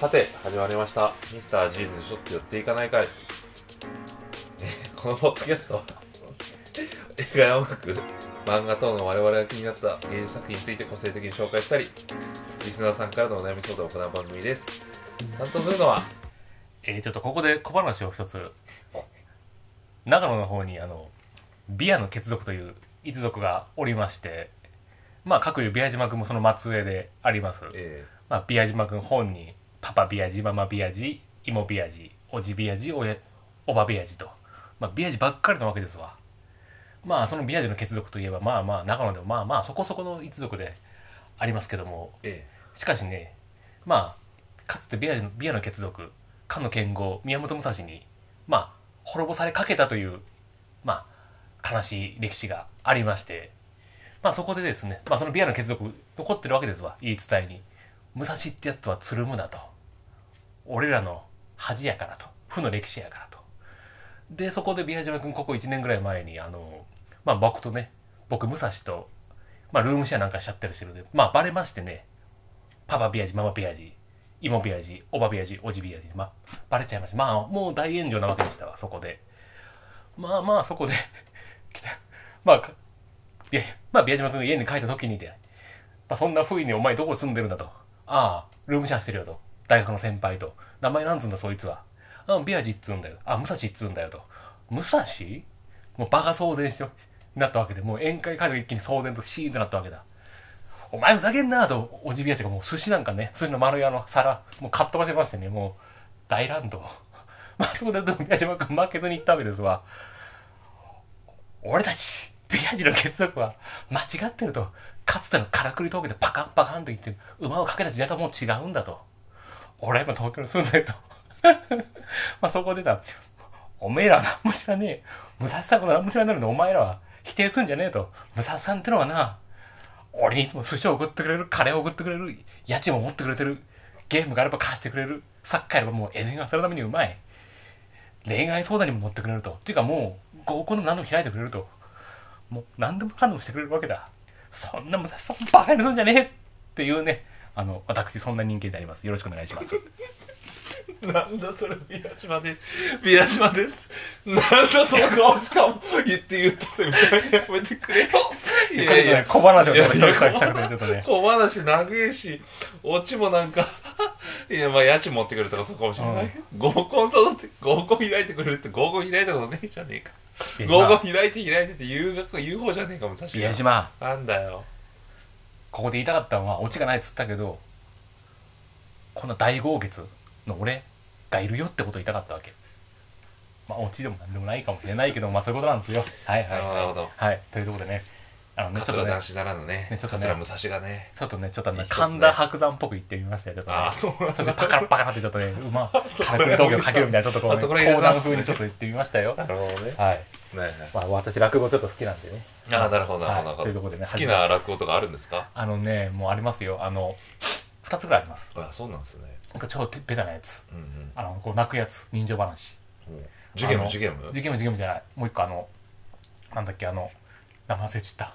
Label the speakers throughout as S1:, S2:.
S1: さて始まりましたミスタージーンズちょっと寄っていかない会えこのポッドキャストは映画や音楽漫画等の我々が気になった芸術作品について個性的に紹介したりリスナーさんからのお悩み相談を行う番組です担当するのは
S2: えー、ちょっとここで小話を一つ長野の方にあのビアの血族という一族がおりましてまあ各有ビア島君もその末裔であります、
S1: え
S2: まあ、ビア島君本人パパビアジママビアジ妹ビアジおじビアジおやおばビアジと、まあ、ビアジばっかりなわけですわまあそのビアジの血族といえばまあまあ長野でもまあまあそこそこの一族でありますけども
S1: ー、え
S2: しかしねまあかつてビアのビアの血族かの剣豪宮本武蔵にまあ滅ぼされかけたというまあ悲しい歴史がありましてまあそこでですね、まあ、そのビアの血族残ってるわけですわ言い伝えに武蔵ってやつとはつるむなと俺らの恥やからと負の歴史やからとでそこで宮島君ここ1年ぐらい前にあのまあ僕とね僕武蔵と、まあ、ルームシェアなんかしちゃったりしてるんでまあバレましてねパパビアジ、ママビアジ、妹ビアジ、おばビアジ、おじビアジ、まあ、バレちゃいました。まあ、もう大炎上なわけでしたわ、そこで。まあまあ、そこで、 来た。まあ、かいやいや、まあ、ビアジマ君が家に帰った時にで、まあ、そんな風にお前どこ住んでるんだと。ああ、ルームシェアしてるよと。大学の先輩と。名前なんつうんだ、そいつは。あビアジっつうんだよ。あ、武蔵っつうんだよと。武蔵もうバカ騒然しろ、なったわけで、もう宴会会場一気に騒然とシーンとなったわけだ。お前ふざけんなと、おじびやちがもう寿司なんかね、寿司の丸屋の皿、もうかっ飛ばしてましてね、もう大乱闘。 まあそこで、でも宮島君負けずに行ったわけですわ。俺たち、ビアジの血族は間違ってると、かつてのからくり峠でパカンパカンと言って、馬をかけた時代とはもう違うんだと。俺は今東京に住んでると。 まあそこでだ、おめえらは何も知らねえ。武蔵さんこと何も知らねえのにお前らは否定すんじゃねえと。武蔵さんってのはな、俺にいつも寿司を送ってくれる、カレーを送ってくれる、家賃も持ってくれてる、ゲームがあれば貸してくれる、サッカーやればもうエネがそのためにうまい。恋愛相談にも乗ってくれると。っていうかもう、合コンでも何でも開いてくれると。もう何でもかんでもしてくれるわけだ。そんな武蔵さんバカにすんじゃねえっていうね、あの、私そんな人間であります。よろしくお願いします。
S3: なんだそれ、宮島で、宮島です。なんだその顔しかも、言って言ってそれみたいなやめてくれよ。い
S2: いや
S3: や
S2: い
S3: い
S2: や、
S3: や、
S2: 小話をちょっと一
S3: いやいや
S2: 人からしたくて、ちょっとね。
S3: 小話長えし、オチもなんか、 いや、まあ家賃持ってくれるとかそうかもしれない。合コン誘って、合コン開いてくれるって合コン開いたことねえじゃねえか。合コン開いて開いてって言う学言う方じゃねえかも、確かに。
S2: 宮島、
S3: なんだよ。
S2: ここで言いたかったのは、オチがないっつったけど、こんな大豪月の俺がいるよってことを言いたかったわけ。まあ、オチでもなんでもないかもしれないけど、まあそういうことなんですよ。はい
S3: な
S2: は
S3: るほど、
S2: い。
S3: なるほど。
S2: はい、というところでね、あのね、ちょっ
S3: 桂
S2: とね
S3: 男、子ならぬね
S2: ねちょっとね
S3: 桂武蔵がね。
S2: ちょっとね、ちょっとね
S3: いい、っすね
S2: 神田伯山っぽく言ってみましたよ、ちょっとね。
S3: ああ、そうなんだ
S2: そうそうパカラパカラって ちょっとね、うま、
S3: そ
S2: から
S3: こ
S2: くり
S3: ら
S2: 峠をかけるみたいな、ちょっとこう、
S3: あ
S2: ね、
S3: そこら辺
S2: 講
S3: なん
S2: 談
S3: です
S2: 風にちょっと言ってみましたよ。
S3: なるほどね。
S2: はい。
S3: ねえ
S2: まあ、私、落語ちょっと好きなんでね。
S3: ああ、なるほど、なるほど。
S2: はいというところでね
S3: 好きな落語とかあるんですか
S2: あのね、もうありますよ。あの、二つぐらいあります。
S3: あそうなんですね。
S2: なんか超てベタなやつ。
S3: うんうん。
S2: あの、こう泣くやつ。人情話。
S3: ジュゲ
S2: あ
S3: ム、
S2: の
S3: ジュゲム
S2: ジュゲムジュゲムじゃない。もう一個あの、なんだっけ、あの、名前忘れちゃった。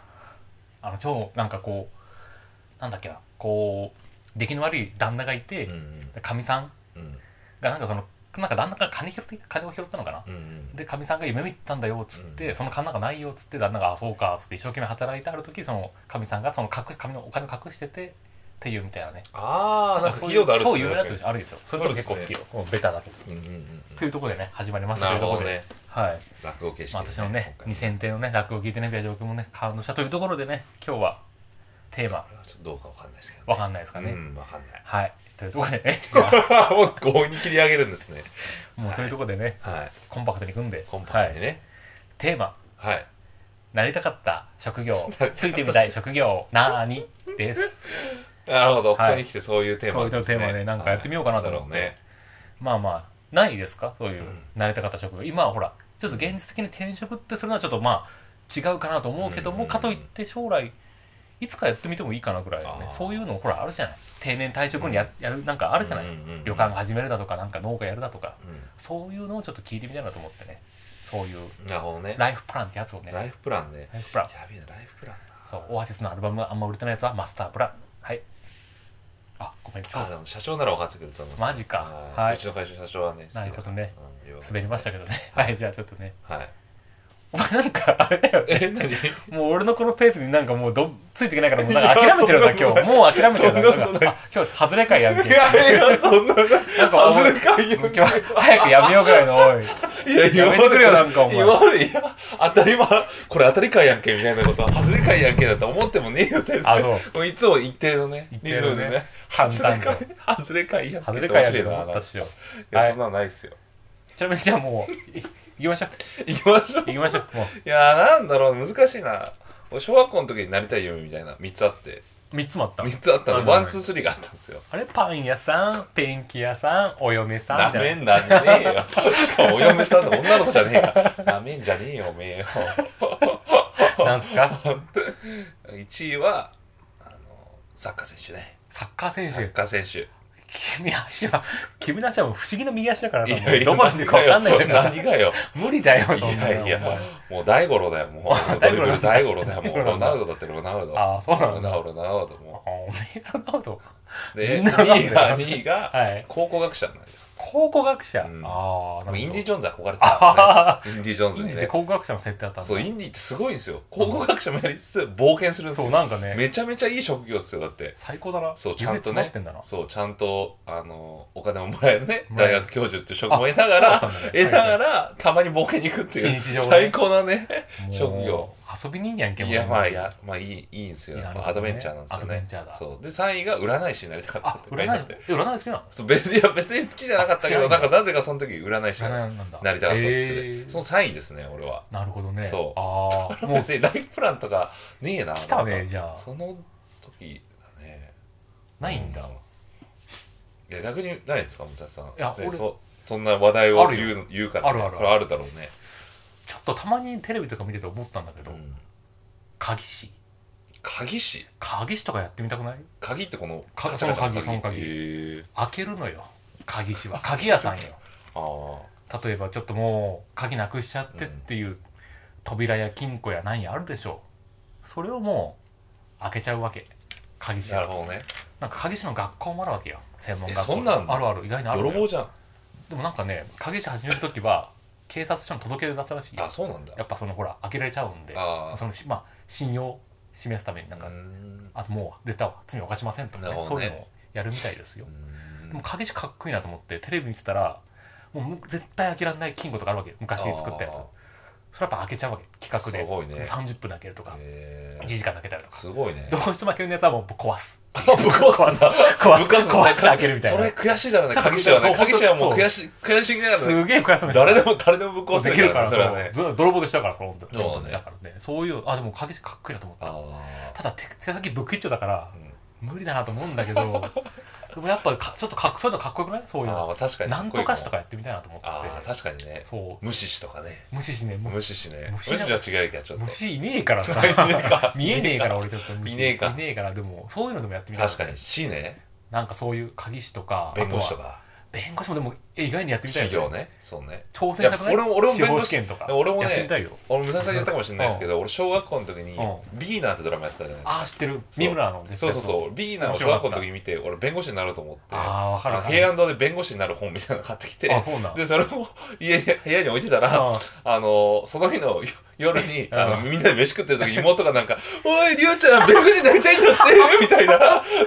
S2: あの、超、なんかこう、なんだっけな、こう、出来の悪い旦那がいて
S3: うん、うん
S2: かみ、さん
S3: うん
S2: がなんかその、なんか旦那が金拾って、金を拾ったのかな。
S3: うんうん
S2: でかみさんが夢見たんだよっつって、
S3: うん
S2: その金なんかないよっつって旦那が「あそうか」っつって一生懸命働いてある時そのかみさんがその隠紙のお金を隠しててっていうみたいなね
S3: ああ、なんか
S2: そう
S3: 企
S2: いう
S3: 業であるっ
S2: 超
S3: す
S2: 有名なやつで
S3: ね
S2: しょあるでしょそれとか結構好きよ、うんベタだけど
S3: うんうんうん
S2: というところでね始まりま
S3: うん。
S2: したと
S3: な
S2: いう
S3: る
S2: とこ
S3: ほ
S2: ろ
S3: ど
S2: で、
S3: ね。
S2: はい、
S3: 落語形式
S2: まあ、私のね
S3: 今回
S2: 2000点のね落語を聞いてねビアジョー君もね感動したというところでね今日はテーマ
S3: これはちょっとどうかわかんないですけどね。
S2: わかんないですかね、
S3: うん、わかんない。
S2: はいというところでね
S3: もう強引に切り上げるんですね。
S2: もうというところでね
S3: はい。
S2: コンパクトにいくんで
S3: コンパクトに
S2: はい、
S3: ね。
S2: テーマ
S3: はい。
S2: なりたかった職 業
S3: なりたかった
S2: ついてみたい職業なーにです
S3: なるほど。こ
S2: はい
S3: こに来てそういうテーマですね。
S2: そういうテーマでなんかやってみようかなと思っ
S3: は
S2: て
S3: いなるほどね。
S2: まあまあないですかそういうなりたかった職業今はほらちょっと現実的に転職ってするのはちょっとまあ違うかなと思うけども、
S3: うん
S2: かといって将来いつかやってみてもいいかなぐらいのね
S3: あー
S2: そういうのほらあるじゃない定年退職にや,、やるなんかあるじゃない、
S3: うんうんうん
S2: 旅館始めるだとかなんか農家やるだとか
S3: うん
S2: そういうのをちょっと聞いてみたいなと思ってねそういう
S3: なるほどね
S2: ライフプランってやつをね
S3: ライフプランね
S2: ライフプラン
S3: やべえなライフプランな
S2: そうオアシスのアルバムあんま売れてないやつはマスタープランはいあごめん
S3: あでも社長なら分かってくれると思う
S2: マジか
S3: は
S2: はい
S3: い、うちの会社の社長はね好きだ
S2: なるほどね、
S3: うんよ
S2: 滑りましたけどねはいじゃあちょっとね
S3: はい
S2: お前なんかあれ だよ
S3: え何
S2: もう俺のこのペースになんかもうどんついていけないからもうなんか諦めてるんだ今日もう諦めてるんだ
S3: そんなこと
S2: なんかあ今日外れ会やんけ
S3: いやいやそんな
S2: なんかお
S3: 外
S2: 前
S3: れかいよ
S2: 今日早くやめようぐらいのおい
S3: い や
S2: やめてくれよなんかお前
S3: 今までいや当たり前これ当たり会やんけみたいな こと外れ会やんけだと思ってもねえよ先生
S2: あそう
S3: もういつも一定のね
S2: 一
S3: リ
S2: 定
S3: ズ
S2: のね
S3: ムでね
S2: 判
S3: 外れ
S2: 断で
S3: 会外れ会やんけ
S2: 外れ会やんけど
S3: 面白いな
S2: 私よ
S3: いや
S2: はい
S3: そんなのないっすよ
S2: ちなみにじゃあもうい行きましょう
S3: 行きましょう
S2: 行きましょうも
S3: いやーなんだろう難しいな俺小学校の時になりたい夢みたいな3つあって
S2: う3つもあった
S3: 3つあった
S2: はい
S3: の
S2: は
S3: ワ
S2: いはい
S3: ンツースリーがあったんですよ
S2: あれパン屋さんペンキ屋さんお嫁さん
S3: な
S2: みた
S3: め
S2: いなん
S3: なんじゃねえよしかもお嫁さんの女の子じゃねえかなめんじゃねえよおめえよ
S2: なんすか
S3: 1位はあのサッカー選手ね
S2: サッカー選
S3: サッ
S2: 手
S3: カー選手
S2: 君足は君の足はもう不思議な右足だからさ
S3: い
S2: も
S3: や
S2: う
S3: いや
S2: どこにるか分かんないんだから
S3: 何がよ
S2: 無理だよ そん
S3: い
S2: なの
S3: やい
S2: お前
S3: やもう大五郎だよもうド
S2: 大
S3: リ
S2: 五
S3: ブ
S2: 郎
S3: ル大五郎だよもう
S2: 大五郎
S3: ロナウドだってロナウド
S2: あーそうなん
S3: ロ
S2: だ
S3: ナウドロナウドも
S2: あおめえロナウド
S3: うで
S2: みんななんだよ
S3: 2位が2位
S2: は
S3: が
S2: い
S3: 考古学者なんです
S2: 考古学者、
S3: うん
S2: ああなるほど
S3: インディ・
S2: ジ
S3: ジョーンズ憧れてた
S2: あ
S3: んですねインディ・ジョーンズ
S2: ョン
S3: に
S2: ズで
S3: ね
S2: 考古学者の設定だったんだ
S3: そうインディってすごいんですよ考古学者もやりつつ冒険するんです
S2: そ
S3: よ
S2: うなんかね
S3: めちゃめちゃいい職業ですよだって
S2: 最高だな
S3: そうちゃんとね
S2: 夢詰まってんだな
S3: そうちゃんとあのお金ももらえるね
S2: もらえ
S3: 大
S2: る
S3: 学教授っていう職も得ながら
S2: あそうだったんだね
S3: 得ながらたまに冒険に行くっていう
S2: 非日常をね
S3: 最高なね
S2: もう
S3: 職業
S2: 遊び人やんけ
S3: い
S2: もう
S3: やまあいやまあいいいいんですよ
S2: いやなるほどね
S3: アドベンチャーなんですよね
S2: アドベンチャーだ
S3: そうで3位が占い師になりたかった
S2: あ
S3: って書いてあ
S2: 占
S3: っ
S2: い
S3: て
S2: え占い好きなの
S3: そう別にいや別に好きじゃなかったけ
S2: あ
S3: ど
S2: 知ら
S3: な
S2: なんい
S3: かなぜかその時占い師にな
S2: 占いなんだ
S3: りたかったっつって
S2: へー
S3: その3位ですね俺は
S2: なるほどね
S3: そう
S2: ああもう
S3: 別にライフプランとかねえな
S2: 来た
S3: なん
S2: ね
S3: か
S2: じゃあ
S3: その時だね
S2: ないんだ
S3: いや逆にないですか武蔵さんい
S2: や俺
S3: そそんな話題を
S2: あるよ
S3: 言う言うから、ね、
S2: あるある
S3: それはあるだろうね、
S2: ちょっとたまにテレビとか見てて思ったんだけ
S3: う
S2: ど、
S3: ん、
S2: 鍵師
S3: 鍵師
S2: 鍵師とかやってみたくない
S3: 鍵ってこの
S2: か
S3: カチャカチャ
S2: その鍵その鍵
S3: へー
S2: 開けるの よ鍵師は鍵屋さんよ
S3: あ
S2: 例えばちょっともう鍵なくしちゃってっていう扉や金庫や何やあるでしょうそれをもう開けちゃうわけ鍵師
S3: あなる
S2: は
S3: ほどね
S2: なんか鍵師の学校もあるわけよ専門学校
S3: えそんなん
S2: あるある意外にあるの
S3: 泥
S2: よ
S3: 棒じゃん
S2: でもなんかね影師始める時は警察署に届け出したらしいよ
S3: あそうなんだ
S2: やっぱそのほら開けられちゃうんで
S3: あ
S2: そのしまあ信用を示すためになんか、
S3: ーうーん
S2: あともう絶対罪を犯しませんとか、
S3: な
S2: ね
S3: るほ
S2: そ
S3: ど
S2: う
S3: ね
S2: いうのをやるみたいですよ
S3: う
S2: で
S3: ーん
S2: も影師かっこいいなと思ってテレビ見てたらもうむ絶対開けられない金庫とかあるわけ昔作ったやつ
S3: あ
S2: それやっぱ開けちゃうわけ
S3: ー
S2: 企画です
S3: ごいね
S2: 30分開けるとか
S3: へ
S2: 1
S3: ー
S2: 時間開けたりとか
S3: すごいね
S2: どうしても開けるやつはもう壊す
S3: ぶっ壊すんだ
S2: 壊す
S3: ぶっ壊すんだ
S2: 壊して開けるみたいな
S3: それ悔しいだろうね鍵師は
S2: そう
S3: ね
S2: 本当
S3: 鍵師はもう
S2: そう
S3: 悔し悔しがらね
S2: すげえ悔しそうにしてた
S3: 誰でも誰でもぶっ壊せ
S2: できるから
S3: ねそれはね
S2: そう泥棒としたから本当に
S3: そうね
S2: だからねそういうあでも影師かっこいいなと思った
S3: あ
S2: ただ手手先不吉祥だから
S3: ー、うん
S2: 無理だなと思うんだ けどでもやっぱかちょっとかっそういうのかっこよくないそういう
S3: あー
S2: の
S3: まあ確かに
S2: なんとかしと
S3: か
S2: かやってみたいなと思って
S3: ああ確かにね
S2: そ
S3: 無視しとかね
S2: う無視しねえもう
S3: 無視しね
S2: 無
S3: 無
S2: 視
S3: 視
S2: な
S3: じゃ違うけどちょっと
S2: 虫いねえからさ 見えねえから俺ちょっと虫
S3: いねえか
S2: いねえからでもそういうのでもやってみた い
S3: 確かに死ね
S2: なんかそういう鍵師とか
S3: 弁護士と
S2: あ
S3: か
S2: は弁護士もでもえ意外にやってみたい
S3: 修
S2: よ
S3: 行ねそうね
S2: 挑戦したくない
S3: いや俺も俺も
S2: 司
S3: 弁護
S2: 法
S3: 士
S2: 試験とか
S3: 俺もね
S2: やってみたいよ
S3: 俺武蔵さん言ったかもしれないですけど俺小学校の時に
S2: う
S3: ビーナーってドラマやってたじゃないです
S2: あ
S3: か
S2: あ知ってる
S3: そう
S2: 三村の
S3: そうそうそうビーナーを小学校の時に見て俺弁護士になろうと思って
S2: ああわかるわ
S3: あ
S2: か
S3: の
S2: る
S3: 平安堂で弁護士になる本みたいなの買ってきて
S2: あそうなん
S3: でそれを家に部屋に置いてたら
S2: あ
S3: あの、その日の夜夜に、
S2: うん
S3: あの、みんなで飯食ってる時に妹がなんか、おい、りょうちゃん、弁護士になりたいんだって、みたいな。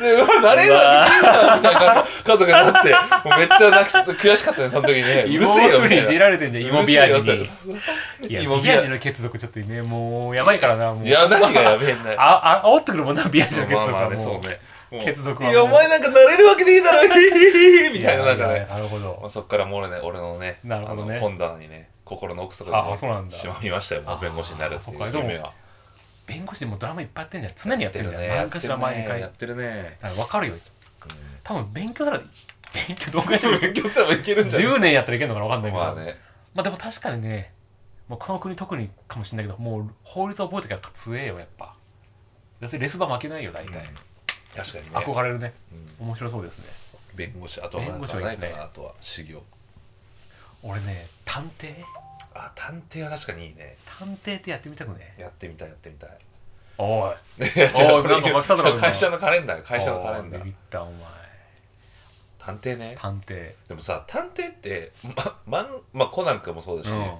S3: で、うわ、なれるわけねえな、みたいな家族になって、もうめっちゃ泣きそう悔しかったね、その時ね。うる
S2: 芋
S3: せえよ、み
S2: 娘にい
S3: た
S2: じ
S3: いな。
S2: られてんじゃん芋ビアージに
S3: うるせえよみたいない
S2: や、
S3: 芋
S2: ビ
S3: ビア
S2: アージの血族ちょっとね、もう、やばいからな、もう。
S3: いや、何がやべえんだよ。
S2: あ、あ、煽ってくるもんな、ビアージ
S3: そ
S2: の
S3: う
S2: 血
S3: ま
S2: 族
S3: あまあ
S2: は
S3: ね、そ
S2: も
S3: うね。もう
S2: 血族はい
S3: や、お前なんかなれるわけねえだろ、へ へへへ
S2: う。
S3: みたいな、なんか
S2: や
S3: ね。
S2: なるほ
S3: まあ
S2: ど。
S3: そっからもう俺ね、俺のね、
S2: なるほどね
S3: あの本棚にね、心の奥底
S2: ああそうなん
S3: に
S2: だ
S3: しまいましたよ、もう弁護士になるっていう
S2: あそっかでも
S3: 夢は。
S2: 弁護士でもドラマいっぱいやってんじゃん。常にやってるじゃん。
S3: ね
S2: 何かしら毎
S3: や
S2: 回。だ
S3: っ
S2: か
S3: てるね
S2: らわかるよ。多分勉強なら、勉強どんぐらいして
S3: うん
S2: る
S3: 勉強すればいけるんじゃない
S2: ?10 年やったらいけるのかなわかんないけど。
S3: まあ
S2: まあ、
S3: ね
S2: でも確かにね、もうこの国特にかもしれないけど、もう法律を覚えときゃ強えよ、やっぱ。だってレスバ負けないよ、大体。
S3: 確かにね
S2: 憧れるね。
S3: うん
S2: 面白そうですね。
S3: 弁護士あとはなんか
S2: 弁護士は
S3: ない
S2: い
S3: い
S2: い
S3: か
S2: ですね
S3: なあとは修行
S2: 俺ね、探偵
S3: あ探偵は確かにいいね
S2: 探偵ってやってみたくね
S3: やってみたいやってみ たい
S2: おい
S3: いや違うこれ
S2: なんか巻き立てたの
S3: 会社のカレンダー会社のカレンダ
S2: おいビ
S3: ー
S2: ビったお前
S3: 探偵ね
S2: 探偵
S3: でもさ探偵ってままんまあコナン君もそうだし、
S2: うん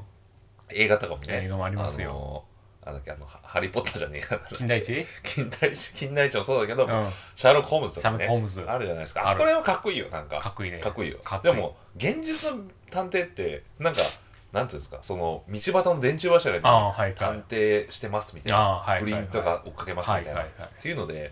S3: 映画とかもね
S2: 映画もあります
S3: よあのーあのあのハハリー・ポッターじゃねえ や
S2: 金田一
S3: 近代史近代史もそうだけど、
S2: うん
S3: シャーロック・ホームズと
S2: サ
S3: か
S2: ム・
S3: ね
S2: ホームズ
S3: あるじゃないですか
S2: ある
S3: あそこら辺はかっこいいよなん
S2: か
S3: か
S2: っこいいね
S3: かっこいいよ
S2: かっこいい
S3: でも現実の探偵ってなんかなんていうんですかその道端の電柱柱に
S2: ああはいはい
S3: 探偵してますみたいな、
S2: ああはい
S3: 不倫とか追っかけますみたいな、
S2: はいはいはい
S3: っていうので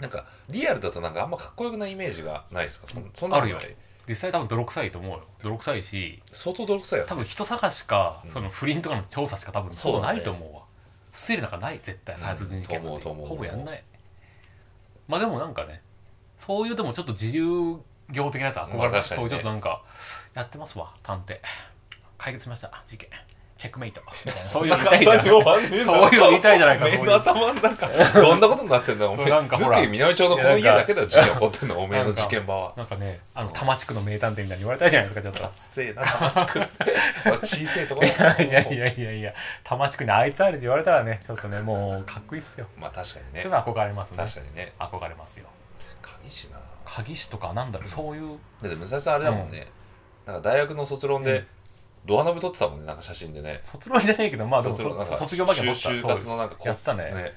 S3: なんかリアルだとなんかあんまかっこよくないイメージがないですかそんそんなことない
S2: ある実際多分泥臭いと思うよ泥臭いし
S3: 相当泥臭いよね
S2: 多分人探しか、
S3: うん
S2: その不倫とかの調査しか多分
S3: そう
S2: ほぼ
S3: だね
S2: ないと思うわ不正なんかない絶対殺人事件なんて
S3: うんと思うと思う
S2: ほぼやんないまあでもなんかねそういうでもちょっと自由業的なやつ憧れ
S3: まあ
S2: ま
S3: 確か
S2: そ
S3: に
S2: うい
S3: ね
S2: うちょっとなんかやってますわ探偵解決しました事件チェックメ イトみたいなそういうの言いたいじゃ
S3: 簡単に終
S2: ない
S3: わんねえだろ
S2: そういうの言いたいじゃないか
S3: おめえの頭の中どんなことになってんだおめえ
S2: なんかほら
S3: ルケ南町のこの家だけだよ事件起こってんのおめえ
S2: な
S3: の
S2: んか
S3: 事件場は
S2: なんかねあの多摩地区の名探偵みたいに言われたいじゃないですかちょっ
S3: せえな玉地区小せえとこと
S2: い
S3: だ
S2: やいやいやいやいや多摩地区にあいつあるって言われたらねちょっとねもうかっこいいっすよ
S3: まあ確かに
S2: そう
S3: ね
S2: いうの憧れますね
S3: 確かにね
S2: 憧れますよ
S3: 鍵師なだ
S2: 鍵師とかなんだろうそういう
S3: って武蔵さんあれだもんねなんか大学の卒論
S2: う
S3: で
S2: ん
S3: ドアノブ撮ってたもんねなんか写真でね
S2: 卒論じゃねえけどまあでも
S3: 卒論なん
S2: そ
S3: か
S2: 卒業まで
S3: 就就活のなんかこう
S2: やったね
S3: ね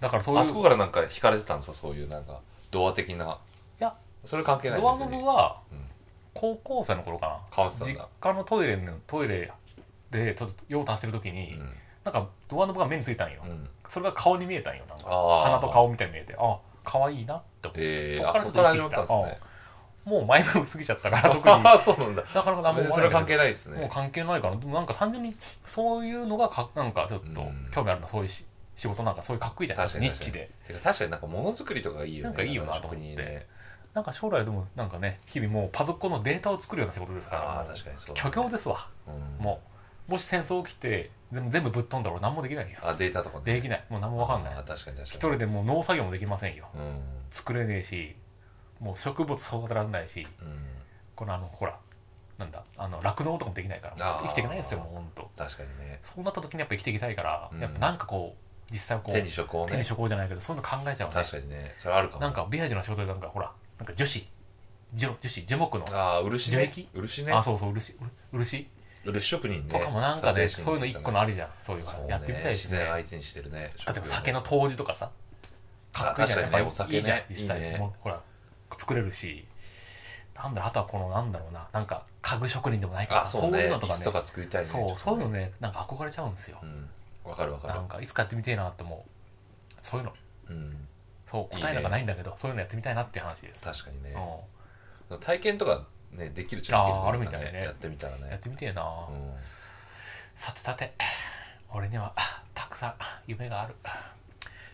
S2: だからそうい
S3: あ
S2: う
S3: そこからなんか惹かれてたんですかそういうなんかドア的ない
S2: や
S3: それ関係ない
S2: ドア
S3: 別
S2: ノ
S3: に
S2: ブは
S3: うん
S2: 高校生の頃か
S3: 変わって
S2: な
S3: たん
S2: 実
S3: だ
S2: 家のトイレのトイレでちょっと用足してる時
S3: う
S2: に
S3: ん
S2: なんかドアノブが目についたんよ
S3: うん
S2: それが顔に見えたんよなんか
S3: あー
S2: 鼻と顔みたいに見えてあ可愛いなって思って
S3: え
S2: そ
S3: ー
S2: こ
S3: あ
S2: からちょ
S3: そ
S2: っ
S3: ことから
S2: 意
S3: 始
S2: 識
S3: まっん
S2: したた
S3: ですね
S2: うんもう前も過ぎちゃったから特に な
S3: ああそうなんだ
S2: かなか何も
S3: 別に
S2: 思わ
S3: それ
S2: ない
S3: は関係ないです
S2: もう
S3: ね
S2: 関係ないからでもなんか単純にそういうのがかなんかちょっと興味あるのそういうし仕事なんかそういうかっこいいじゃないですか
S3: 確かに
S2: ニッチで
S3: てか確かになんかものづくりとかがいいよね
S2: なんかいいよな
S3: 職人
S2: と思っ
S3: ね
S2: なんか将来でもなんかね日々もうパソコンのデータを作るような仕事ですから
S3: ああ
S2: もう
S3: 確かにそうだね
S2: 虚業ですわ
S3: うん
S2: もうもし戦争起きて全部全部ぶっ飛んだら俺何もできないよ
S3: あデータとかね
S2: でき
S3: い
S2: ないもう何もわかんない
S3: 確かに確かに
S2: 一人でもう農作業もできませんよ
S3: うん
S2: 作れねえしもう植物育てられないし
S3: うん
S2: このあのほらなんだあの酪農とかもできないから
S3: あー
S2: もう生きていけないですよもうほんと
S3: 確かにね
S2: そうなった時にやっぱ生きていきたいから、
S3: うん
S2: やっぱなんかこう実際こう
S3: 手に職を
S2: 手に
S3: ね
S2: 職じゃないけどそういうの考えちゃうね
S3: 確かにねそれあるかも
S2: なんかビアージュの仕事でなんかほらなんか女子樹女子樹木の
S3: ああ漆
S2: 樹
S3: ね
S2: 液
S3: 漆
S2: あ
S3: ね
S2: そうそう漆漆
S3: 漆職人
S2: と
S3: ね
S2: かもなんかね
S3: 撮影師
S2: そういうの一個のありじゃんそういう
S3: そうね
S2: のやってみたいし
S3: 自
S2: ね
S3: 然
S2: 例
S3: 相手にしてるね
S2: えば酒の杜氏とかさかっこいいじゃない
S3: あ確かにね
S2: やっぱ
S3: お酒ね
S2: いいじゃん実際
S3: いいね
S2: もうほら作れるしなんだろうあとはこのなんだろうななんか家具職人でもないから
S3: あ
S2: さ
S3: そう
S2: い
S3: ね
S2: うのと
S3: 椅
S2: か
S3: 子
S2: ね
S3: とか作りたいね
S2: そうそういうの
S3: ね
S2: ねなんか憧れちゃうんですよ
S3: うんわかるわか
S2: なんかいつかやってみてえなと思うそういうの
S3: るうん
S2: そう
S3: いいね
S2: 答えなんかないんだけどそういうのやってみたいなっていう話です
S3: 確かに
S2: う
S3: ね
S2: ん
S3: 体験とかねできるっちゃ
S2: あー
S3: でき
S2: あるみたいね
S3: やってみたら
S2: やっ
S3: ね
S2: てみてえな
S3: うん
S2: さてさて俺にはたくさん夢がある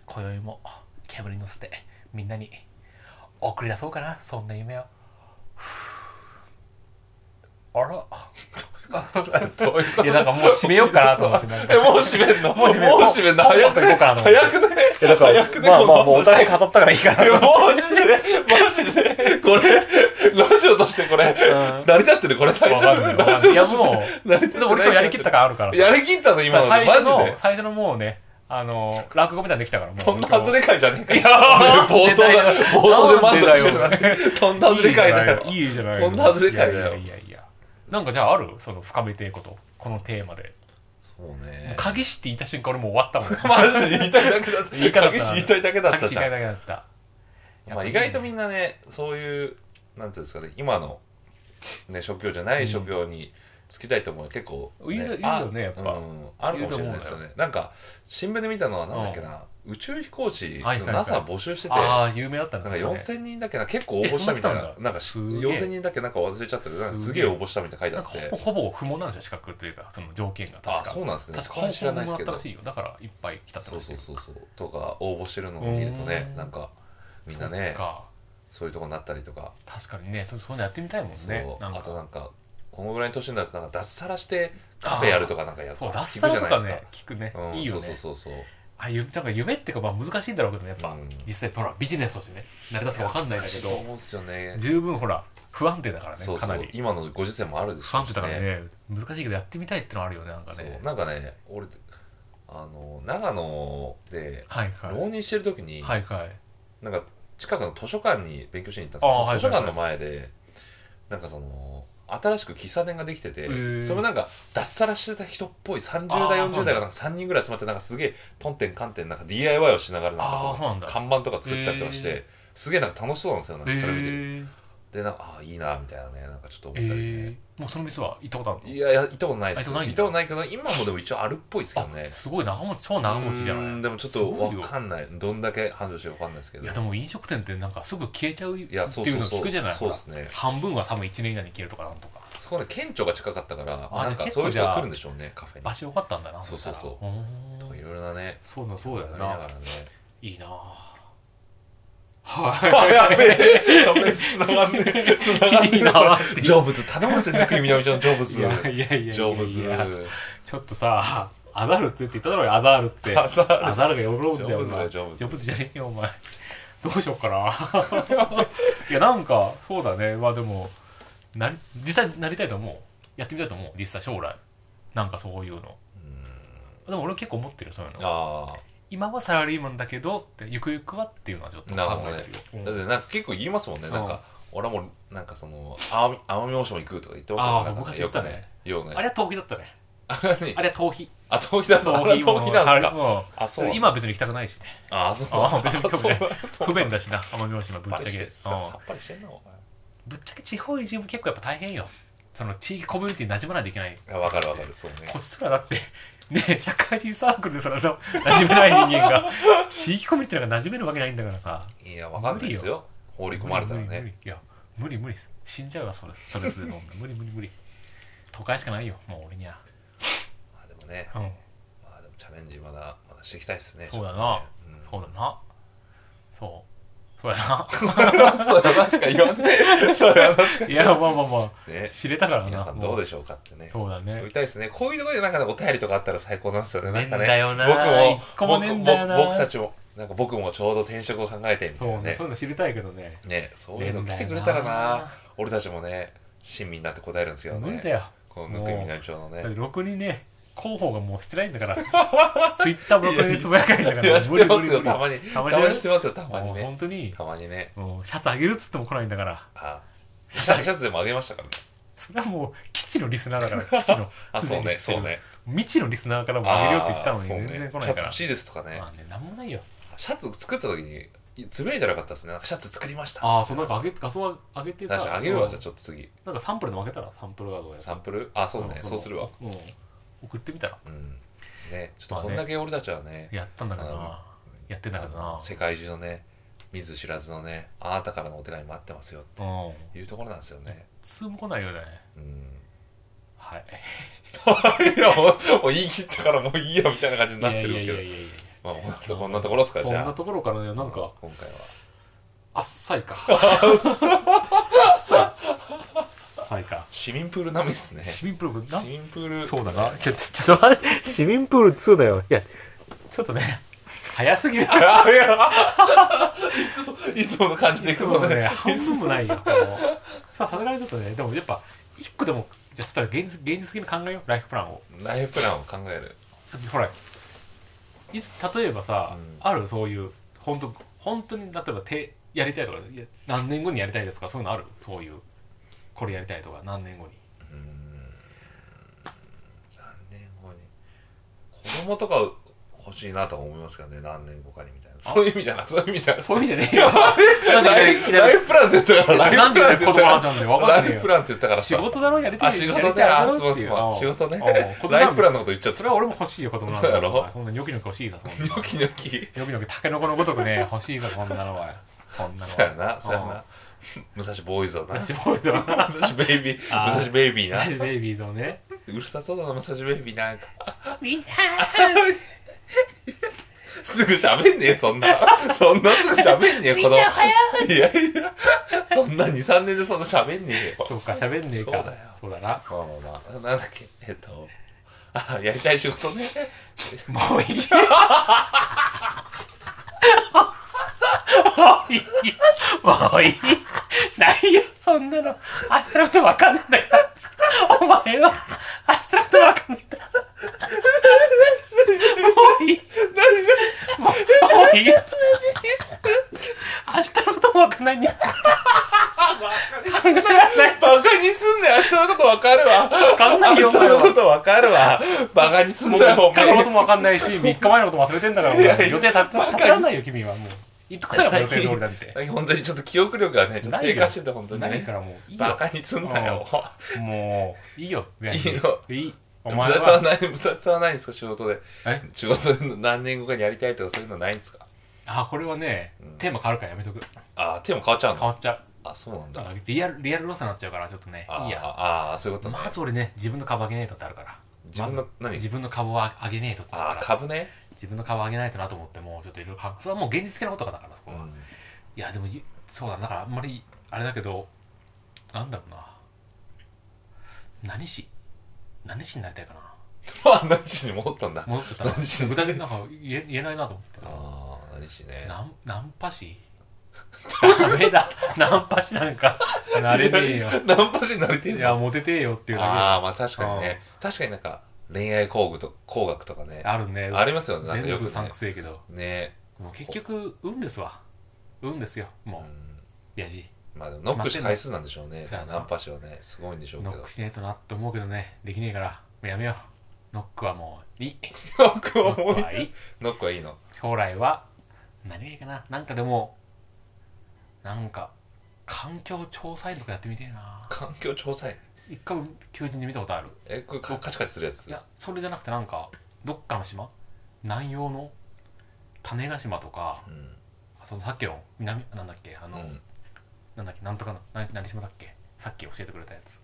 S2: 今宵も煙に乗せてみんなに送り出そうかなそんな夢をあら
S3: どういう こと
S2: いやなんかもう閉めよう かなと思ってなんか
S3: え、もう閉めんのも
S2: もう
S3: う
S2: 閉め
S3: 閉め
S2: る
S3: んの
S2: もう
S3: 早くね
S2: もう行こうかな
S3: 早くね
S2: だ
S3: 早くね
S2: まあまあもう
S3: こ
S2: お
S3: の話
S2: 互い語った からいいか
S3: いや
S2: な
S3: マジでマジでこれ、ラジオとしてこれ、
S2: うん
S3: 成り立ってるこれ大
S2: わか
S3: 丈
S2: んない
S3: 夫
S2: わか
S3: ラ
S2: ん
S3: ジ
S2: ない
S3: オ
S2: いや
S3: と
S2: も
S3: 成り
S2: う
S3: 立
S2: でも俺今日やりきった感あるから
S3: してやりきったの今ので、
S2: 最
S3: マ
S2: 初
S3: ジ
S2: の
S3: で。
S2: 最初のもうねあの落語みたいにできたからもう
S3: とんだ外れ会じゃねえ
S2: い
S3: か。
S2: や
S3: 冒頭だ、冒頭で満足してる
S2: な
S3: なんん
S2: でだ
S3: て。とんだ外れ会だよ。
S2: いいじゃないの
S3: とんだ外れ会だよ
S2: いやいやいやいやなんかじゃああるその深めていくことこのテーマで
S3: そうね
S2: 鍵師って言った瞬間俺もう終わったも ん
S3: マジで言いたいだけだった。
S2: 言いたかった
S3: 鍵師言いたいだけだった
S2: 鍵師
S3: じ
S2: 言
S3: ゃ
S2: い
S3: ん。
S2: だけだった
S3: まあ、意外とみ
S2: なん
S3: なねそういうなんていうんですかね今の、ね、職業じゃない職業に就きたいと思う、結構、
S2: いるいる
S3: あ
S2: よねやっぱ
S3: うん、あるかもしれないですよねなんか新聞で見たのはなんだっけな、宇宙飛行士
S2: はいはいはい
S3: NASA 募集してて、
S2: ああ有名だったん
S3: な
S2: だ
S3: んか
S2: ね
S3: 4000人だっけな結構応募したみたい
S2: えそんな
S3: な
S2: 来たんだ
S3: なんか
S2: すげえ
S3: 4000人だっけなんか忘れちゃったけどなんか
S2: す
S3: す
S2: げ
S3: げ
S2: え
S3: え応募したみたい
S2: な
S3: なん書
S2: か
S3: いてあ
S2: ほ
S3: って
S2: ほぼ不問なんですよ資格というかその条件が
S3: あ
S2: 確か
S3: そうなんですね
S2: 確
S3: そ
S2: か
S3: こは知らないです
S2: ほ
S3: けど
S2: ぼ不問だったらしいよだからいっぱい来たって
S3: そう
S2: こと
S3: そう
S2: です
S3: そ
S2: よ
S3: うそうとか応募してるのを見ると
S2: う
S3: ね
S2: ん
S3: なんかみんな
S2: そっ
S3: ね
S2: か
S3: そういうとこになったりとか
S2: 確かにねそそういうのやってみたいもん
S3: そう、
S2: ねなん
S3: あ
S2: か
S3: となんかこのぐらいの年になるとなんか脱サラしてカフェやるとかなんかや
S2: そう
S3: 聞
S2: 脱サ
S3: くじゃ
S2: ラと
S3: ないで
S2: か
S3: す
S2: ね聞くね
S3: うん
S2: いいよね
S3: そうそうそうそう
S2: あゆなんか夢っていうかまあ難しいんだろうけどねやっぱ、
S3: うん
S2: 実際ほらビジネスとしてね成り立つか分かんないんだけ
S3: 難しいと
S2: ど
S3: 思うんですよね
S2: 十分ほら不安定だからね
S3: そう
S2: か
S3: そ
S2: な
S3: う
S2: り
S3: 今のご時世もあるでし
S2: 不
S3: ょう
S2: 安
S3: し
S2: 定だからね難しいけどやってみたいってのはあるよねなんか
S3: そう
S2: ね
S3: なんかね俺あの長野で
S2: はいはい
S3: 浪人してる時に、
S2: はいはい
S3: なんか近くの図書館に勉強しに行ったんですけ
S2: あー
S3: ど、
S2: はい
S3: 図書館の前でなんかその新しく喫茶店ができてて、
S2: ー
S3: それもなんか脱サラしてた人っぽい30代
S2: あー
S3: 40代がなんか3人ぐらい集まってなんかすげえトンテンカンテンなんか DIY をしながらなん
S2: あ
S3: か
S2: ー
S3: そ
S2: そうなん
S3: の
S2: だ
S3: 看板とか作ったりとかして、
S2: へー
S3: すげえなんか楽しそうなんですよなんかそれ見てる、
S2: えー
S3: でなんかああいいなみたいなねなんかちょっと思ったりね、
S2: えーもうその店は行ったことあるの
S3: いやいや行ったことないで
S2: あ
S3: す
S2: 行ったことないん
S3: 行
S2: だ
S3: ったことないけど今もでも一応あるっぽいですけどね
S2: あすごい長持ち超長持ちじゃ
S3: う
S2: なんい
S3: でもちょっとわかんないどんだけ繁盛してるかわかんないですけど
S2: いやでも飲食店ってなんかすぐ消えちゃうってい
S3: いやそうそうそう
S2: うの聞くじゃない
S3: そうですね
S2: 半分は多分1年以内に消えるとかなんとか
S3: そこね県庁が近かったから
S2: あ
S3: なん
S2: じゃあ
S3: か
S2: 結
S3: そ
S2: 構
S3: ういう人
S2: じゃ
S3: が
S2: あ
S3: 来るんでしょうねカフェに
S2: 場所良かったんだな
S3: そうそうそう
S2: したらーん
S3: とかいろいろなね
S2: そうだそうだよ
S3: なりながら
S2: な
S3: ね
S2: いいなは
S3: あやべえやべえ繋がんねえ繋がんね
S2: いいいなって
S3: えジョブズ頼むぜぬくいみなみちゃんのジョブズ
S2: いやいやいや
S3: ジョブズ
S2: いやちょっとさアザールって言って言っただろうよアザールって
S3: アザール
S2: アザールが喜ぶんだよお前
S3: ジ
S2: ジ
S3: ョブズだよジョブズ
S2: ョブズじゃねえよお前どうしよっかな いやなんかそうだねまあでもなり実際なりたいと思うやってみたいと思う実際将来なんかそういうのでも俺結構思ってるよそういうの
S3: あ
S2: 今はサラリーマンだけどってゆくゆくはっていうのはちょっと
S3: あ
S2: 考
S3: なるほど
S2: え
S3: ね
S2: てるよ
S3: だっ
S2: うん
S3: てなんか結構言いますもんねなん
S2: うん
S3: か俺はもうなんかその奄美奄美大島行くとか言ってました
S2: あー
S3: なんか
S2: 昔言ったね
S3: よくねようね
S2: あれは逃避だったね
S3: あれ 何
S2: あれは逃避
S3: あ、逃 避だった。あれは逃避なんですか。
S2: か
S3: あ、そう。
S2: 今は別に行きたくないしね
S3: あ、そう。
S2: あ別に興味ない
S3: そう
S2: 不便だしな奄美 大島ぶ
S3: さっ
S2: っ
S3: ぱ
S2: ちゃ
S3: りし
S2: け
S3: て
S2: うん
S3: さっぱりしてんな、お
S2: ぶっちゃけ地方移住も結構やっぱ大変よその地域コミュニティに馴染まないといけない
S3: 前。あわかるわかる。そうね
S2: こ。っちとらだって ね社会人サークルですら馴染めない人 間が地域コミュニティなんか馴染めるわけないんだからさ
S3: いや、わかんないですよ。放り込まれたら
S2: 無理無理無
S3: ね。
S2: 理いや無理無理です死んじゃうわそれストレスで飲ん で無理無理無理都会しかないよもう俺には
S3: まあでもね、
S2: うん
S3: まあでもチャレンジまだ、まだしていきたいですね。
S2: そうだな
S3: ちょ
S2: そ
S3: っ
S2: うだなそうそうやな
S3: とね。うんそうだなしか言わない。そうだなしか。
S2: いやまあまあま あ
S3: ね。
S2: 知れたからな
S3: 皆さんどうで
S2: し
S3: しょうかってね。
S2: そうだね
S3: 言いたいですね。こういうところでなんかねお便りとかあったら最高なんですよね。なんか
S2: ねんだ
S3: ね。
S2: よな一
S3: 僕
S2: 個
S3: も、僕
S2: もねえん
S3: 僕
S2: だよな
S3: 僕たちも、なんか僕もちょうど転職を考えてみた
S2: そう
S3: いな
S2: ね
S3: ね
S2: そう。いうの知りたいけどね
S3: ねそういうの来てくれたらな俺たちもね親身になって答えるんですよ
S2: 無理だ
S3: ね
S2: よ
S3: このぬくいみなみ町のね
S2: だってろくにね広報がもうしてないんだ からツイッターもろくにつぶやかないんだか
S3: いや
S2: ら
S3: し
S2: 無理
S3: て
S2: 無
S3: ます
S2: 理無
S3: よ
S2: 理
S3: たまに
S2: た
S3: た
S2: ま
S3: ま
S2: に
S3: にしてますよたまに
S2: もう
S3: ね
S2: 本当に
S3: たまにね
S2: もうシャツあげるっつっても来ないんだから
S3: あシャシャツでもあげましたからね
S2: それはもう基地のリスナーだから基地の
S3: あそうね
S2: すで
S3: そう
S2: に知ってる
S3: ね
S2: 未知のリスナーからもあげるよって言った
S3: あ
S2: の
S3: ー
S2: に
S3: そう
S2: 全然
S3: ね
S2: 来な
S3: シャツ
S2: いか
S3: 欲
S2: ら
S3: しいですとかね
S2: まあねなんもないよ
S3: シャツ作った時につぶやいてなかったですねなんかシャツ作りました
S2: ああそうなんかあげ画像はあげて
S3: 確か
S2: さ
S3: にあげるわ
S2: うん
S3: じゃあちょっと次
S2: なんかサンプルでもあげたらサンプル画像や
S3: サンプルあそうね
S2: ん
S3: そうするわ
S2: うん送ってみたら
S3: うんねちょっとこんだけ俺たちはね
S2: やったんだけどなやってんだけどな
S3: 世界中のね見ず知らずのねあなたからのお手紙待ってますよ
S2: うん
S3: いうところなんですよね。
S2: 通も来 ないよね
S3: うん。
S2: はい
S3: いや、 もうもう言い切ったからもういいよみたいな感じになってる
S2: いや
S3: け
S2: い
S3: ど
S2: やいや。いやいや
S3: まあ、ほんとこんなところですか、
S2: そ
S3: じ
S2: ん
S3: ゃ
S2: な
S3: あ。
S2: ところからねなんか
S3: 今回は。
S2: あっ さいかあっさいあっさいか
S3: 市民プール並みですね。
S2: 市民プールな
S3: 市民プール。
S2: そう だなちょちょっと待って市民プール2だよいやちょっとね早すぎる
S3: あいやいつも、いつもの感じでい
S2: い
S3: く
S2: つ
S3: も
S2: も
S3: ん
S2: ね
S3: ね。
S2: 半分もないよもうさすがにちょっとねでもやっぱ一個でもじゃあそしたら現実現実的に考えようライフプランを
S3: ライフプランを考える。
S2: 次ほらいつ例えばさ、
S3: うん
S2: あるそういう本当本当に例えば手やりたいとかいや何年後にやりたいですとかそういうのあるそういうこれやりたいとか何年後に
S3: うーん。何年後に。子供とか欲しいなとは思いますけどね、何年後かにみたいな。そういう意味じゃなく、そういう意味じゃなく。
S2: そういう意味じゃねえ よなんで
S3: ラ
S2: い
S3: イ
S2: き
S3: フ
S2: な
S3: ラ
S2: り
S3: イフプランって言ったから、ライ
S2: な
S3: フ
S2: ん
S3: プ
S2: で
S3: ラン
S2: 言
S3: っ
S2: う
S3: て言った
S2: 言
S3: か
S2: 葉
S3: ら
S2: なんで分か
S3: ラ
S2: んね
S3: イ
S2: え
S3: フ
S2: よ
S3: プランって言ったからさ。
S2: 仕事だろやりた
S3: あ、
S2: い
S3: 仕
S2: や
S3: 事
S2: り
S3: ね。
S2: たい
S3: あ、
S2: だ
S3: す
S2: ろ
S3: ま
S2: って
S3: ん
S2: い
S3: す
S2: う
S3: まん。仕
S2: うん
S3: 事ね
S2: うん。子供
S3: ライフプランのこと言っちゃった。
S2: それは俺も欲しいよ子供なんだ
S3: そうやろ
S2: そんなニョキニョキ欲しいさそんな
S3: ニョキニョキ。
S2: ニョキニョキタケノコのごとくね欲しいさそんなのはそんなの
S3: そうやな、そうや
S2: うん
S3: な。武蔵ボーイズをな。
S2: 私ボーイズはな
S3: 武蔵ベイビー、
S2: あー
S3: 武蔵ベイビーな。
S2: ベイビーズをね
S3: うるさそうだな、武蔵ベイビーなんか。
S2: みんな
S3: すぐ喋んねえ、そんな。そんなすぐ喋んねえ、子供。いや いや、そんな2、3年でそんな喋んねえよ。
S2: そうか喋んねえか
S3: そうだよ
S2: そうだな
S3: まあまあまあ、なんだっけ、えっと、あ、やりたい仕事ね。
S2: もういい。もういい。もういい。ないよ、そんなの。言うなね明日のこともわかんないね考えられない
S3: バカにすんねん明日のことわかるわ
S2: わかんな
S3: 明
S2: いよお
S3: 日
S2: 前
S3: のこ
S2: は
S3: とわかるわバカにすん
S2: もう
S3: だよ
S2: 3
S3: お
S2: 日のこ
S3: 前
S2: ともわかんないし3日前のこと忘れてんだからお前
S3: いやいや
S2: 予定立て立てらんないよ君はもう言っとくからもう予定
S3: 最
S2: 通
S3: 近
S2: りなんて
S3: 最近本当にちょっと記憶力がねちょっと低下してて本当に
S2: ない
S3: ね
S2: からもういい
S3: バ
S2: よ
S3: カにすんなよ
S2: もういいよ別に
S3: いいよ
S2: いいお
S3: 武
S2: 前
S3: 蔵さんは
S2: は
S3: ない武蔵さんはないんですか仕事で
S2: え
S3: 仕事で何年後かにやりたいとかそういうのないんですか
S2: あこれはねテーマ変わるからやめとく
S3: ああ手も変わっちゃう
S2: 変
S3: の
S2: わっちゃう
S3: あそうなん
S2: だ
S3: だ
S2: からリアルリアルロスになっちゃうからちょっとね
S3: あー
S2: いいや
S3: あーそういうことね
S2: まず俺ね自分の株上げねえとってあるから
S3: 自分の何
S2: 自分の株を上げねえとってある
S3: ああ
S2: から
S3: 株ね
S2: 自分の株を上げないとなと思ってもうちょっといろいろ考えそれはもう現実的なことだからそこは、いやでもいそうだだからあんまりあれだけどなんだろうな何し何しになりたいかな
S3: まあ何しに戻ったんだ
S2: 戻ってたら
S3: 何し
S2: 具体的になんか言え言えないなと思って
S3: ああ何しね
S2: ナンナンパ師ダメだナンパ師なんかなれねえ よ
S3: ナンパ師になりてえ
S2: い
S3: の
S2: やモテてえよっていうだけ
S3: あ
S2: あ
S3: あまあ確かにね確かになんか恋愛工具と工学とかね
S2: あるね
S3: ありますよねなんかよ
S2: 全
S3: く
S2: 部さん
S3: ね
S2: くせえけど
S3: ね
S2: もう結局運ですわ運ですよ
S3: う
S2: も
S3: ん
S2: うやじ
S3: まあでもノックした回数なんでしょうね
S2: そうやな
S3: ナンパ師はねすごいんでしょうけ
S2: ノ
S3: ど
S2: ックしねえとなって思うけどねできねえからもうやめようノックはも ういい
S3: ノック
S2: ノ
S3: は
S2: ッ
S3: も
S2: ク
S3: う
S2: はいい
S3: ノックはいいの
S2: 将来は何がいいかななんかでもなんか環境調査員とかやってみてえな
S3: 環境調査員
S2: 一回求人で見たことある
S3: えこれカカチカチするやつ
S2: いやそれじゃなくてなんかどっかの島南洋の種子島とか
S3: うん
S2: そのさっきの南なんだっけあ
S3: う
S2: の、
S3: ん
S2: なんだっけなんとかのな何島だっけさっき教えてくれたやつ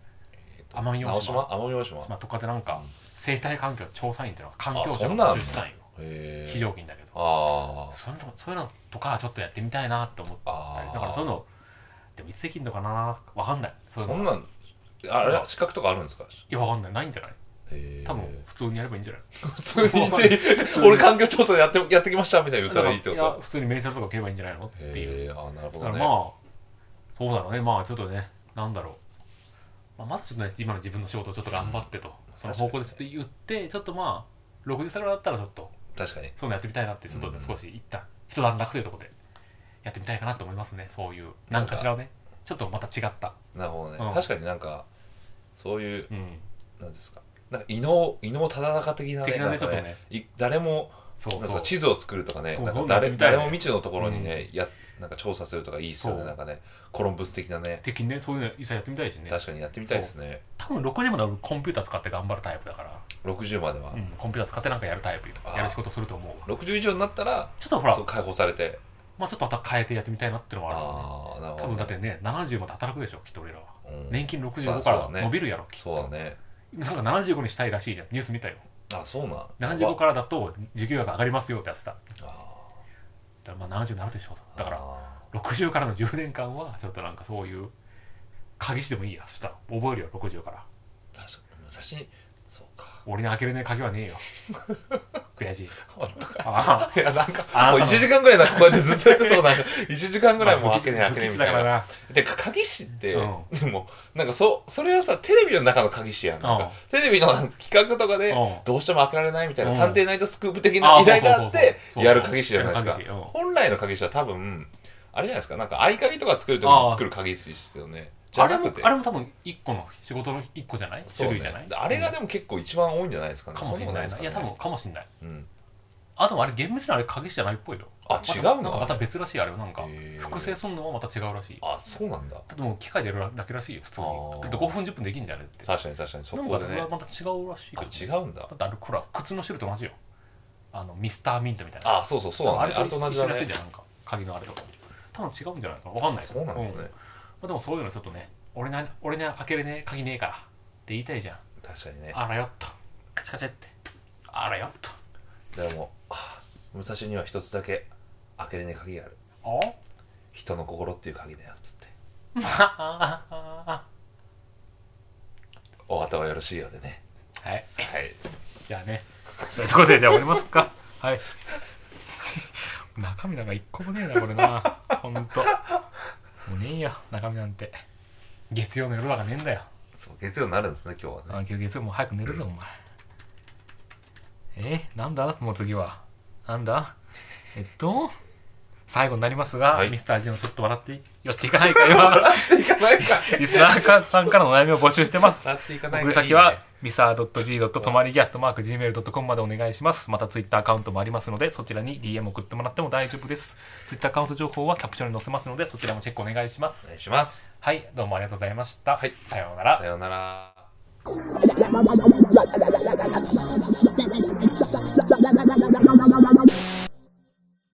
S3: えっと
S2: 奄美大島
S3: 直島奄美大島
S2: 島とかでなんか
S3: うん
S2: 生態環境調査員っていうのが環境
S3: あそ
S2: 省
S3: んなのあ
S2: の募
S3: る
S2: 集
S3: の
S2: したんよ
S3: へえ
S2: 非常勤だけど
S3: あー
S2: そういうのそういうのとかちょっとやってみたいなって思った
S3: あ
S2: り
S3: ー
S2: だからそういうのでもいつできるのかなわかんないそういう
S3: そ
S2: の
S3: んなんあれ資格とかあるんですか
S2: いやわかんないないんじゃない
S3: へえ
S2: 多分普通にやればいいんじゃない
S3: 普通に言って
S2: 通に
S3: 俺環境調査やってやってきましたみたいな言ったらいいってこ
S2: だからや
S3: と
S2: 普通に面接とか受ければいいんじゃないのっていう
S3: へえあなるほ
S2: だか
S3: ど
S2: ら
S3: ね
S2: まあ、そうだろうね、まあちょっとね、なんだろう、まあ、まずちょっとね、今の自分の仕事をちょっと頑張ってと、その方向でちょっと言って、ちょっとまあ、60歳ぐらいだったら、ちょっと、
S3: 確かに
S2: そういうのやってみたいなって、ちょっとね、
S3: うん
S2: 少し一旦、一段落というところで、やってみたいかなと思いますね、そういう、なんかしらをね、ちょっとまた違った、
S3: なるほどね、
S2: うん
S3: 確かになんかそういう
S2: うん、
S3: なんですかなんか異能異能ただ中的なね
S2: 的なね
S3: んか
S2: ちょっとね
S3: い誰も
S2: そう
S3: なん
S2: そ
S3: か
S2: う、
S3: 地図を作るとかね
S2: そう
S3: なん
S2: そ
S3: か
S2: う
S3: 誰
S2: やってみたいね
S3: 誰も未知のところにね、やなんか調査するとかいいっすよ
S2: そ
S3: ね
S2: う
S3: なんかねコロンブス的なね
S2: 的にね、そういうの、一切やってみたいしね、
S3: 確かにやってみたいですね
S2: 多分60まで俺、コンピューター使って頑張るタイプだから、
S3: 60までは、
S2: うん、コンピューター使ってなんかやるタイプよ
S3: あー
S2: やる仕事すると思うわ。
S3: 60以上になったら
S2: ちょっとほら
S3: そう、解放されて
S2: まあ、ちょっとまた変えてやってみたいなっていうのはあるよね。
S3: ああなるほど
S2: 多分だってね70まで働くでしょきっと俺らは
S3: うん
S2: 年金65
S3: そ
S2: か
S3: うだ
S2: ら
S3: ね
S2: 伸びるやろきっと
S3: そうだね
S2: なんか75にしたいらしいじゃんニュース見たよ
S3: あそうなん
S2: 75からだと受給額上がりますよってやってただか
S3: あ
S2: らまあ70になるでしょ
S3: ー
S2: だから
S3: あ
S2: 60からの10年間はちょっとなんかそういう鍵してもいいやそしたら覚えるよ60から
S3: ー確かに武蔵にそうか
S2: 俺に開けれない鍵 はねえよ悔しい
S3: 本当か
S2: あ
S3: いやなんか
S2: あ
S3: もう
S2: なたの
S3: 1時間ぐらいなんかこうやってずっとやってそうなんか1時 間ぐらいもう開けねえ開けねえみたい
S2: だ
S3: な
S2: から
S3: で鍵師って、
S2: うん
S3: でもなんかそそれはさテレビの中の鍵師やんなんか、テレビのなんか企画とかで、
S2: うん
S3: どうしても開けられないみたいな、
S2: うん
S3: 探偵ナイトスクープ的
S2: あ
S3: な
S2: ー
S3: 依頼があっ
S2: そうそう
S3: て
S2: そうそう
S3: やる鍵師じゃないです
S2: やる
S3: か
S2: 鍵師うん
S3: 本来の鍵師は多分あれじゃないですかなんか合鍵とか作る時に作る鍵師ですよねじ
S2: あ
S3: ゃ
S2: れ
S3: な
S2: も
S3: くて
S2: あれも多分1個の仕事の1個じゃない
S3: そう
S2: 種
S3: ね
S2: 類じゃない
S3: あれがでも結構一番多いんじゃないですかね
S2: かもし
S3: そ
S2: れ
S3: んなこと
S2: ない
S3: です
S2: な
S3: か
S2: い
S3: ね
S2: や多分かもしれない
S3: うん
S2: あ、でもあれ、厳密なあれ、鍵師じゃないっぽいよ。
S3: あ
S2: また
S3: 違うの
S2: なんかまた別らしい、あれはなんか
S3: へー、
S2: 複製するのはまた違うらしい。だ
S3: あそうなんだ
S2: ってもう機械でやるだけらしいよ、普通に
S3: あ。
S2: だ
S3: ー
S2: って5分、10分できんだよねって。
S3: 確かに確かにそ
S2: なん
S3: こ
S2: か、
S3: で
S2: それ
S3: ね
S2: はまた違うらしい
S3: あ
S2: け
S3: 違
S2: ど。
S3: うんだ
S2: だってあれ、これは靴の汁と同じよ。あの、ミスターミントみたいな。
S3: あそうそうそうなんだねあれと同じだ
S2: 一緒にやってん
S3: ね
S2: じゃん、なんか、鍵のあれとか。多分違うんじゃないかな。わかんない。
S3: そうなんです
S2: ま
S3: ね
S2: あでもそういうのちょっとね、俺な、俺に開けれねえ、鍵ねえから。って言いたいじゃん。
S3: 確かにね
S2: あらよっと。カチカチって。あらよっと。
S3: でもあ武蔵には一つだけ開けれない鍵がある
S2: お
S3: 人の心っていう鍵だよっつってお後がよろしいようでね
S2: はい。
S3: はい
S2: じゃあね、そういうところでじゃあ終わりますか。はい。中身なんか一個もねえな、これな。ほんと。もうねえよ、中身なんて。月曜の夜だからねえんだよ。
S3: そう月曜になるんですね今日はね
S2: あけど月曜もう早く寝るぞ、お前。えなんだもう次は。なんだえっと、最後になりますが、
S1: はい
S2: ミスタージのちょっと笑って寄っていかないかは
S3: いかないか
S2: リスナーさんからのお悩みを募集してます
S3: なっていかない
S2: 送
S3: か
S2: り先は、ミサー .g. とまりぎ .gmail.com までお願いします。またツイッターアカウントもありますので、そちらに DM 送ってもらっても大丈夫です。ツイッターアカウント情報はキャプチョンに載せますので、そちらもチェックお願いしま
S3: お
S2: す。
S3: 願いします
S2: はい、どうもありがとうございました。
S1: はい
S2: さようなら
S1: さ。ような
S4: La
S1: ら。
S4: la la la la la la la la la la la la la la la la la la la